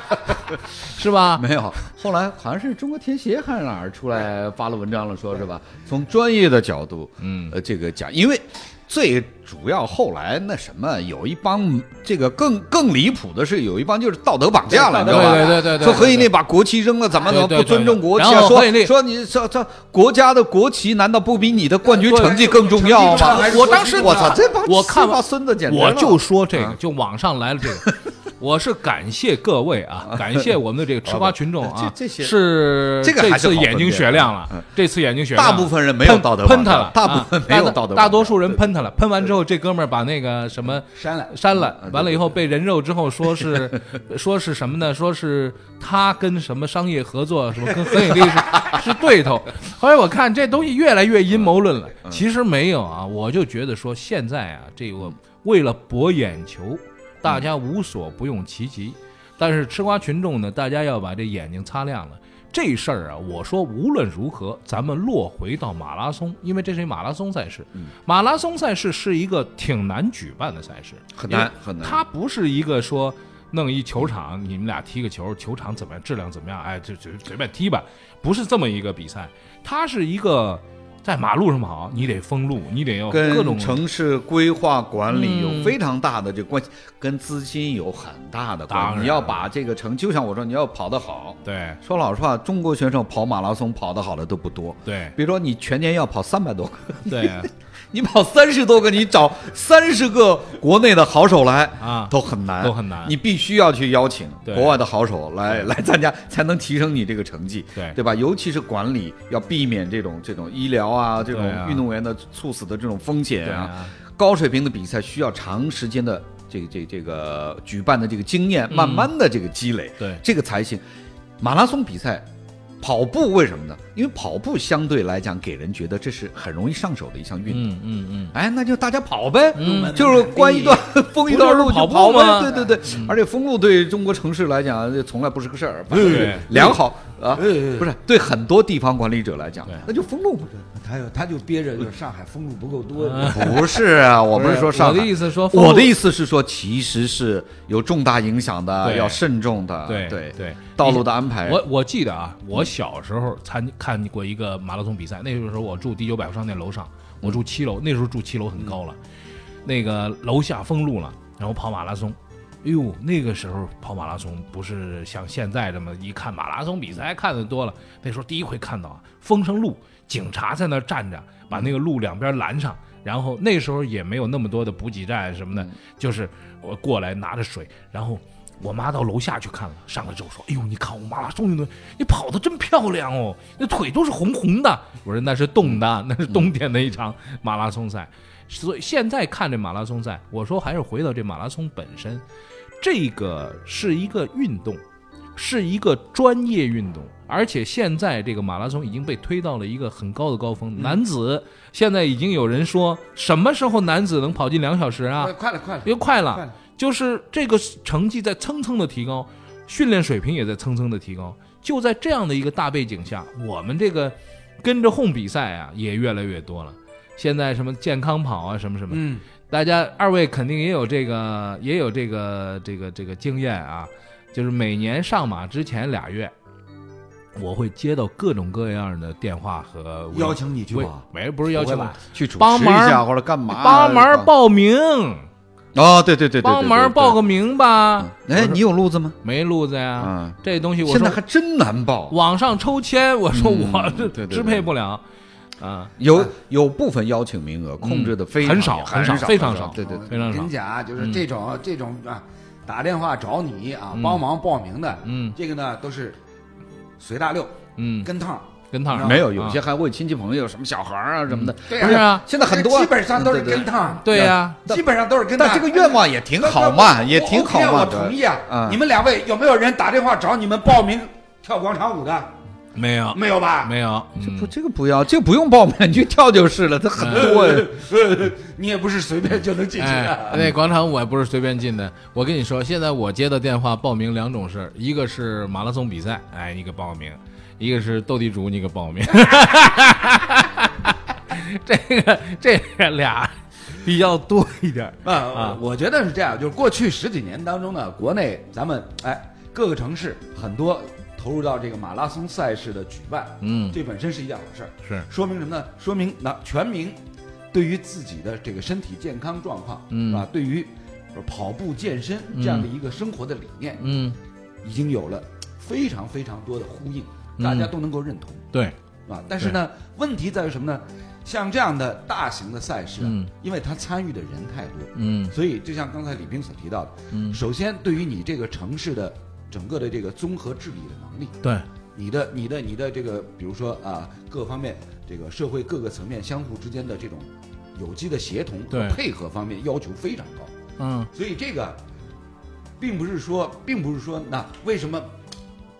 [SPEAKER 4] 是吧？
[SPEAKER 5] 没有，后来好像是中国田协还是哪儿出来发了文章了，说是吧？从专业的角度，
[SPEAKER 4] 嗯
[SPEAKER 5] 呃，这个讲，因为最主要后来那什么，有一帮这个更更离谱的是，有一帮就是道德绑架了，你知道吧？
[SPEAKER 4] 对对对对对
[SPEAKER 5] 说何以内把国旗扔了，怎么怎么
[SPEAKER 4] 对对
[SPEAKER 5] 不
[SPEAKER 4] 对
[SPEAKER 5] 尊重国旗
[SPEAKER 4] 然
[SPEAKER 5] 啊？
[SPEAKER 4] 后
[SPEAKER 5] 说
[SPEAKER 4] 何以内
[SPEAKER 5] 说你这这国家的国旗难道不比你的冠军成绩更重要吗？
[SPEAKER 4] 我当时
[SPEAKER 5] 我操，这帮
[SPEAKER 4] 我看
[SPEAKER 5] 这帮孙子简直了嗯
[SPEAKER 4] 我就说这个，就网上来了这
[SPEAKER 5] (laughs)
[SPEAKER 4] 个。我是感谢各位啊，感谢我们的这个吃瓜群众啊，
[SPEAKER 5] (laughs) 这这些
[SPEAKER 4] 是
[SPEAKER 5] 这个还
[SPEAKER 4] 次
[SPEAKER 5] 是好
[SPEAKER 4] 眼睛
[SPEAKER 5] 分辨
[SPEAKER 4] 雪亮了
[SPEAKER 5] 嗯，
[SPEAKER 4] 这次眼睛雪亮了。
[SPEAKER 5] 大部分人没有
[SPEAKER 4] 喷
[SPEAKER 5] 道德
[SPEAKER 4] 喷
[SPEAKER 5] 绑
[SPEAKER 4] 他
[SPEAKER 5] 架
[SPEAKER 4] 了，
[SPEAKER 5] 大部
[SPEAKER 4] 啊
[SPEAKER 5] 分没有
[SPEAKER 4] 大
[SPEAKER 5] 道德
[SPEAKER 4] 大
[SPEAKER 5] 绑
[SPEAKER 4] 多
[SPEAKER 5] 架
[SPEAKER 4] 数人喷他了，喷完之后，这哥们儿把那个什么
[SPEAKER 6] 删了
[SPEAKER 4] 删了
[SPEAKER 5] 嗯，
[SPEAKER 4] 完了以后被人肉之后，说是说是什么呢？说是他跟什么商业合作，什么跟何影丽是是对头。后来我看这东西越来越阴谋论了，其实没有啊，我就觉得说现在啊，这个为了博眼球，大家无所不用其极，但是吃瓜群众呢，大家要把这眼睛擦亮了。这事儿啊，我说无论如何，咱们落回到马拉松，因为这是一马拉松赛事。马拉松赛事是一个挺难举办的赛事，
[SPEAKER 5] 很
[SPEAKER 4] 因为
[SPEAKER 5] 难很难
[SPEAKER 4] 它不是一个说弄一球场，你们俩踢个球，球场怎么样，质量怎么样，哎，就就随便踢吧，不是这么一个比赛，它是一个在马路上跑，你得封路，你得要哦各种嗯
[SPEAKER 5] 跟城市规划管理有非常大的这关系，跟资金有很大的
[SPEAKER 4] 当
[SPEAKER 5] 关系。
[SPEAKER 4] 然
[SPEAKER 5] 你要把这个城，就像我说，你要跑得好。
[SPEAKER 4] 对
[SPEAKER 5] 说老实话，中国选手跑马拉松跑得好的都不多。
[SPEAKER 4] 对
[SPEAKER 5] 比如说你全年要跑三百多个，
[SPEAKER 4] 对，
[SPEAKER 5] 你跑三十多个，你找三十个国内的好手来
[SPEAKER 4] 啊
[SPEAKER 5] 都很难，
[SPEAKER 4] 都很难
[SPEAKER 5] 你必须要去邀请
[SPEAKER 4] 对
[SPEAKER 5] 国外的好手来来参加，才能提升你这个成绩，
[SPEAKER 4] 对
[SPEAKER 5] 对吧？尤其是管理，要避免这种这种医疗啊，这种
[SPEAKER 4] 对啊
[SPEAKER 5] 运动员的猝死的这种风险
[SPEAKER 4] 对啊
[SPEAKER 5] 高水平的比赛需要长时间的这个这个这个举办的这个经验，慢慢的这个积累，
[SPEAKER 4] 嗯对
[SPEAKER 5] 这个才行。马拉松比赛。跑步为什么呢？因为跑步相对来讲给人觉得这是很容易上手的一项运动，
[SPEAKER 4] 嗯嗯嗯，
[SPEAKER 5] 哎，那就大家跑呗，
[SPEAKER 4] 嗯
[SPEAKER 5] 就是关一段 (laughs) 封一段路
[SPEAKER 4] 不
[SPEAKER 5] 就
[SPEAKER 4] 就是跑
[SPEAKER 5] 呗，
[SPEAKER 4] 步吗嗯
[SPEAKER 5] 对对对。而且封路对中国城市来讲，这从来不是个事儿，反正
[SPEAKER 4] 对
[SPEAKER 5] 良好啊，
[SPEAKER 6] 对
[SPEAKER 5] 不是对很多地方管理者来讲
[SPEAKER 4] 对，
[SPEAKER 5] 那就封路嘛。
[SPEAKER 6] 他就他就憋着，就是上海封路不够多，
[SPEAKER 5] 不是 (laughs) 啊，我不是说 (laughs) 上
[SPEAKER 4] 我
[SPEAKER 5] 海
[SPEAKER 4] 的意思说封路
[SPEAKER 5] 我的意思是说，其实是有重大影响的，
[SPEAKER 4] 对
[SPEAKER 5] 要慎重的。
[SPEAKER 4] 对
[SPEAKER 5] 对
[SPEAKER 4] 对
[SPEAKER 5] 道路的安排，
[SPEAKER 4] 我我记得啊，我小时候参看过一个马拉松比赛，那个时候我住第九百货商店楼上，我住七楼，那时候住七楼很高了，那个楼下封路了，然后跑马拉松。哎呦，那个时候跑马拉松不是像现在这么一看马拉松比赛看的多了，那时候第一回看到啊，封上路，警察在那儿站着，把那个路两边拦上，然后那时候也没有那么多的补给站什么的，就是我过来拿着水，然后我妈到楼下去看了，上来之后说：“哎呦，你看我马拉松运动员，你跑得真漂亮哦，那腿都是红红的。”我说：“那是冻的，那是冬天的一场马拉松赛。”所以现在看这马拉松赛，我说还是回到这马拉松本身，这个是一个运动，是一个专业运动，而且现在这个马拉松已经被推到了一个很高的高峰。男子现在已经有人说，什么时候男子能跑进两小时啊？
[SPEAKER 6] 快了快了，
[SPEAKER 4] 又快
[SPEAKER 6] 快
[SPEAKER 4] 了
[SPEAKER 6] 了，
[SPEAKER 4] 就是这个成绩在蹭蹭的提高，训练水平也在蹭蹭的提高。就在这样的一个大背景下，我们这个跟着哄比赛啊也越来越多了。现在什么健康跑啊，什么什么，
[SPEAKER 6] 嗯，
[SPEAKER 4] 大家二位肯定也有这个，也有这个这个这个经验啊，就是每年上马之前俩月，我会接到各种各样的电话和微
[SPEAKER 6] 邀请你去
[SPEAKER 4] 微
[SPEAKER 6] 跑，
[SPEAKER 4] 没不是邀请
[SPEAKER 6] 不会
[SPEAKER 4] 我
[SPEAKER 6] 吧，
[SPEAKER 5] 去主
[SPEAKER 4] 帮
[SPEAKER 5] 持一下
[SPEAKER 4] 忙
[SPEAKER 5] 或者干嘛？
[SPEAKER 4] 帮忙报名，
[SPEAKER 5] 哦，对对对对，对
[SPEAKER 4] 帮忙报个。名吧。
[SPEAKER 5] 对
[SPEAKER 6] 嗯
[SPEAKER 5] 对哎，你有路子吗？
[SPEAKER 4] 没路子呀，
[SPEAKER 5] 嗯
[SPEAKER 4] 这东西我
[SPEAKER 5] 现在
[SPEAKER 4] 说
[SPEAKER 5] 还真难报。
[SPEAKER 4] 网上抽签，我说
[SPEAKER 5] 嗯
[SPEAKER 4] 我
[SPEAKER 5] 对
[SPEAKER 4] 这
[SPEAKER 5] 对对
[SPEAKER 4] 支配不了，啊，
[SPEAKER 5] 有有部分邀请名额控制的非
[SPEAKER 4] 嗯
[SPEAKER 5] 常
[SPEAKER 4] 很少
[SPEAKER 5] 很
[SPEAKER 4] 很少非常少
[SPEAKER 5] 对对
[SPEAKER 6] 我
[SPEAKER 5] 对，
[SPEAKER 4] 非常少
[SPEAKER 6] 跟你讲啊，就是这种、这种啊，打电话找你啊，帮忙报名的，
[SPEAKER 4] 嗯
[SPEAKER 6] 这个呢都是随大溜，
[SPEAKER 4] 嗯，
[SPEAKER 6] 跟趟儿，
[SPEAKER 4] 跟趟儿
[SPEAKER 5] 没有，有
[SPEAKER 4] 啊
[SPEAKER 5] 些还会亲戚朋友什么小孩儿啊什么的，
[SPEAKER 6] 对
[SPEAKER 4] 不是啊
[SPEAKER 5] 现在很多啊
[SPEAKER 6] 基本上都是
[SPEAKER 5] 对对
[SPEAKER 6] 跟趟儿，
[SPEAKER 4] 对呀，
[SPEAKER 6] 基本上都是跟趟
[SPEAKER 5] 但
[SPEAKER 6] 儿。
[SPEAKER 5] 这个愿望也挺好嘛，
[SPEAKER 6] 我
[SPEAKER 5] 也挺好嘛。
[SPEAKER 6] 我 OK 啊我同意啊
[SPEAKER 5] 嗯，
[SPEAKER 6] 你们两位有没有人打电话找你们报名跳广场舞的？
[SPEAKER 4] 没有
[SPEAKER 6] 没有吧？
[SPEAKER 4] 没有，
[SPEAKER 5] 这
[SPEAKER 4] 嗯
[SPEAKER 5] 不这个不要，这个不用报名，你去跳就是了。它很多呀，
[SPEAKER 6] (laughs) 你也不是随便就能进去
[SPEAKER 5] 啊
[SPEAKER 4] 哎，
[SPEAKER 6] 的。
[SPEAKER 4] 那广场舞也不是随便进的。我跟你说，现在我接的电话报名两种事儿，一个是马拉松比赛，哎，你给报名；一个是斗地主，你给报名。 (laughs) 这个这个俩比较多一点儿，
[SPEAKER 6] 啊，我觉得是这样，就是过去十几年当中呢，国内咱们哎各个城市很多投入到这个马拉松赛事的举办，
[SPEAKER 4] 嗯
[SPEAKER 6] 这本身是一件好事儿，
[SPEAKER 4] 是
[SPEAKER 6] 说明什么呢？说明那全民对于自己的这个身体健康状况，嗯啊，对于跑步健身这样的一个生活的理念，
[SPEAKER 4] 嗯，
[SPEAKER 6] 已经有了非常非常多的呼应，大家都能够认同，
[SPEAKER 4] 对，
[SPEAKER 6] 啊，但嗯是呢，问题在于什么呢？像这样的大型的赛事，嗯，因为他参与的人太多，
[SPEAKER 4] 嗯，
[SPEAKER 6] 所以就像刚才李冰所提到的，嗯，首先对于你这个城市的整个的这个综合治理的能力，
[SPEAKER 4] 对，
[SPEAKER 6] 你的你的你的这个，比如说啊，各方面这个社会各个层面相互之间的这种有机的协同和
[SPEAKER 4] 对
[SPEAKER 6] 配合方面要求非常高，
[SPEAKER 4] 嗯
[SPEAKER 6] 所以这个并不是说，并不是说那为什么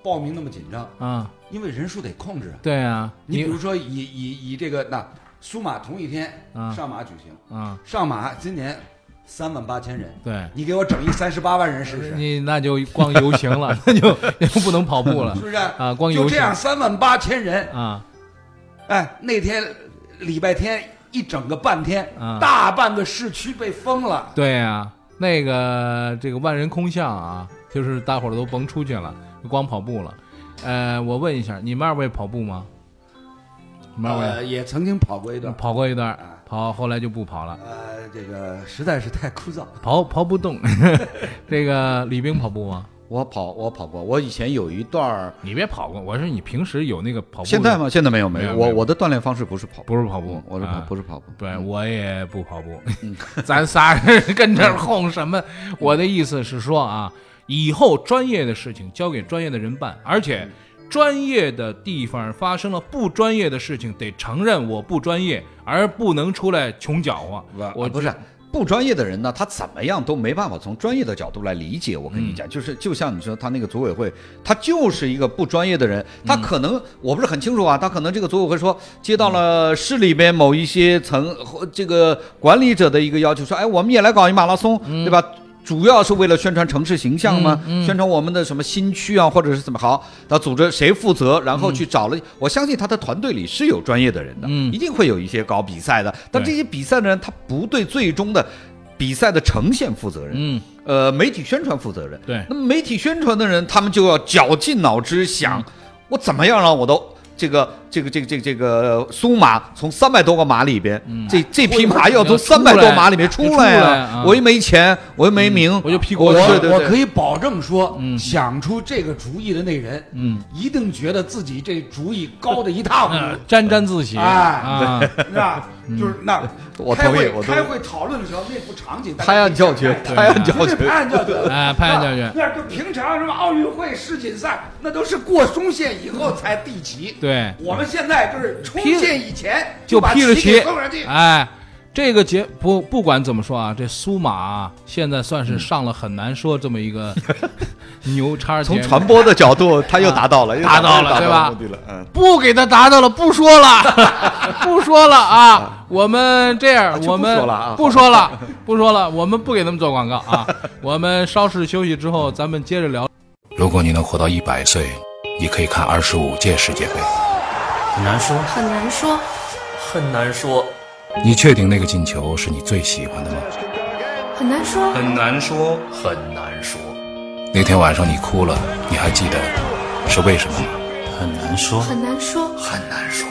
[SPEAKER 6] 报名那么紧张，
[SPEAKER 4] 啊，
[SPEAKER 6] 因为人数得控制啊。
[SPEAKER 4] 对啊，
[SPEAKER 6] 你比如说以以以这个那苏马同一天
[SPEAKER 4] 啊
[SPEAKER 6] 上马举行，
[SPEAKER 4] 啊，
[SPEAKER 6] 上马今年三万八千人，
[SPEAKER 4] 对
[SPEAKER 6] 你给我整一三十八万人试试，
[SPEAKER 4] 你那就光游行了，那就那就不能跑步了
[SPEAKER 6] 是不是？
[SPEAKER 4] 啊，光游
[SPEAKER 6] 就这
[SPEAKER 4] 行
[SPEAKER 6] 样三万八千人，
[SPEAKER 4] 啊，
[SPEAKER 6] 哎，那天礼拜天一整个半天
[SPEAKER 4] 啊，
[SPEAKER 6] 大半个市区被封了，
[SPEAKER 4] 对啊，那个这个万人空巷啊，就是大伙儿都甭出去了，就光跑步了。呃，我问一下，你们二位跑步吗？你们二位、
[SPEAKER 6] 呃，也曾经跑过一段，
[SPEAKER 4] 跑过一段
[SPEAKER 6] 啊，
[SPEAKER 4] 跑后来就不跑了，
[SPEAKER 6] 呃，这个实在是太枯燥，
[SPEAKER 4] 跑跑不动。 (laughs) 这个李冰跑步吗？
[SPEAKER 5] 我跑我跑过，我以前有一段儿，
[SPEAKER 4] 你别跑过，我说你平时有那个跑步的？
[SPEAKER 5] 现在吗？现在没有
[SPEAKER 4] 没有
[SPEAKER 5] 我
[SPEAKER 4] 没有
[SPEAKER 5] 我的锻炼方式不是跑步，
[SPEAKER 4] 不是跑步
[SPEAKER 5] 嗯，我是跑
[SPEAKER 4] 啊
[SPEAKER 5] 不是跑步，
[SPEAKER 4] 对，我也不跑步， (laughs) 咱仨人跟这儿哄什么？我的意思是说啊，以后专业的事情交给专业的人办，而且专业的地方发生了不专业的事情，得承认我不专业，而不能出来穷搅和。我
[SPEAKER 5] 我啊不是不专业的人呢，他怎么样都没办法从专业的角度来理解。我跟你讲，就是就像你说他那个组委会，他就是一个不专业的人，他可能、我不是很清楚啊，他可能这个组委会说接到了市里边某一些层或这个管理者的一个要求，说哎，我们也来搞一马拉松，对吧？主要是为了宣传城市形象吗？
[SPEAKER 4] 嗯
[SPEAKER 5] 宣传我们的什么新区啊，或者是怎么好？那组织谁负责？然后去找了，我相信他的团队里是有专业的人的，
[SPEAKER 4] 嗯
[SPEAKER 5] 一定会有一些搞比赛的。但
[SPEAKER 4] 对
[SPEAKER 5] 这些比赛的人，他不对最终的比赛的呈现负责任，
[SPEAKER 4] 嗯，
[SPEAKER 5] 呃，媒体宣传负责任。
[SPEAKER 4] 对
[SPEAKER 5] 那么媒体宣传的人，他们就要绞尽脑汁想，
[SPEAKER 4] 嗯
[SPEAKER 5] 我怎么样让我的这个这个这个这个这个苏马从三百多个马里边，
[SPEAKER 4] 嗯
[SPEAKER 5] 这
[SPEAKER 4] 哎
[SPEAKER 5] 这匹马要从三百多马里面出来
[SPEAKER 4] 要出来啊嗯
[SPEAKER 5] 我又没钱，我又没名，
[SPEAKER 4] 我就屁股
[SPEAKER 5] 我
[SPEAKER 4] 对对
[SPEAKER 5] 对对
[SPEAKER 6] 我
[SPEAKER 5] 对
[SPEAKER 6] 可以保证说，
[SPEAKER 4] 嗯
[SPEAKER 6] 想出这个主意的那人，
[SPEAKER 4] 嗯，
[SPEAKER 6] 一定觉得自己这主意高的一塌糊
[SPEAKER 4] 呃
[SPEAKER 6] 涂。
[SPEAKER 4] 沾沾自喜 (laughs)
[SPEAKER 6] 哎
[SPEAKER 4] 啊， (laughs)
[SPEAKER 6] 是吧？就是那，
[SPEAKER 5] 我
[SPEAKER 6] 开
[SPEAKER 5] 同意
[SPEAKER 6] 会
[SPEAKER 5] 我同意
[SPEAKER 6] 开会讨论的时候，那幅场景大家
[SPEAKER 4] (laughs)
[SPEAKER 5] 拍案叫绝，
[SPEAKER 6] 可以想象一下
[SPEAKER 5] 拍案叫
[SPEAKER 6] (laughs)
[SPEAKER 5] 绝
[SPEAKER 6] 对。啊拍案叫绝，
[SPEAKER 4] 哎拍案叫绝
[SPEAKER 6] 那那跟平常什么奥运会、世锦赛，那都是过松县以后才递旗。
[SPEAKER 4] 对
[SPEAKER 6] 我们现在就是冲
[SPEAKER 4] 披
[SPEAKER 6] 线以前
[SPEAKER 4] 就
[SPEAKER 6] 把
[SPEAKER 4] 披着
[SPEAKER 6] 旗
[SPEAKER 4] 旗
[SPEAKER 6] 给送上去。，
[SPEAKER 4] 哎，这个节不不管怎么说啊，这苏马、啊、现在算是上了很难说这么一个 (laughs) 牛叉节目
[SPEAKER 5] 从传播的角度，他又达到了，又
[SPEAKER 4] 嗯达到了
[SPEAKER 5] 达
[SPEAKER 4] 对吧
[SPEAKER 5] 目的了，嗯。
[SPEAKER 4] 不给他达到了，不说
[SPEAKER 5] (laughs)
[SPEAKER 4] 了，不说了啊！我们这样，
[SPEAKER 5] 就
[SPEAKER 4] 我们
[SPEAKER 5] 不说了啊
[SPEAKER 4] 不说了，不说了，我们不给他们做广告啊！我们稍事休息之后，咱们接着聊。
[SPEAKER 1] 如果你能活到一百岁，你可以看二十五届世界杯。
[SPEAKER 2] 很难说，
[SPEAKER 3] 很难说，
[SPEAKER 2] 很难说，
[SPEAKER 1] 你确定那个进球是你最喜欢的吗？
[SPEAKER 3] 很难说，
[SPEAKER 2] 很难说，很难说，
[SPEAKER 1] 那天晚上你哭了，你还记得是为什么吗？
[SPEAKER 2] 很难说，
[SPEAKER 3] 很难说，
[SPEAKER 2] 很难说。